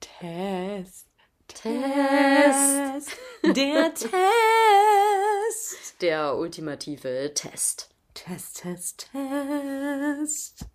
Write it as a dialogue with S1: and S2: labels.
S1: Test.
S2: Test.
S1: Der Test.
S2: Der ultimative Test.
S1: Test, Test, Test.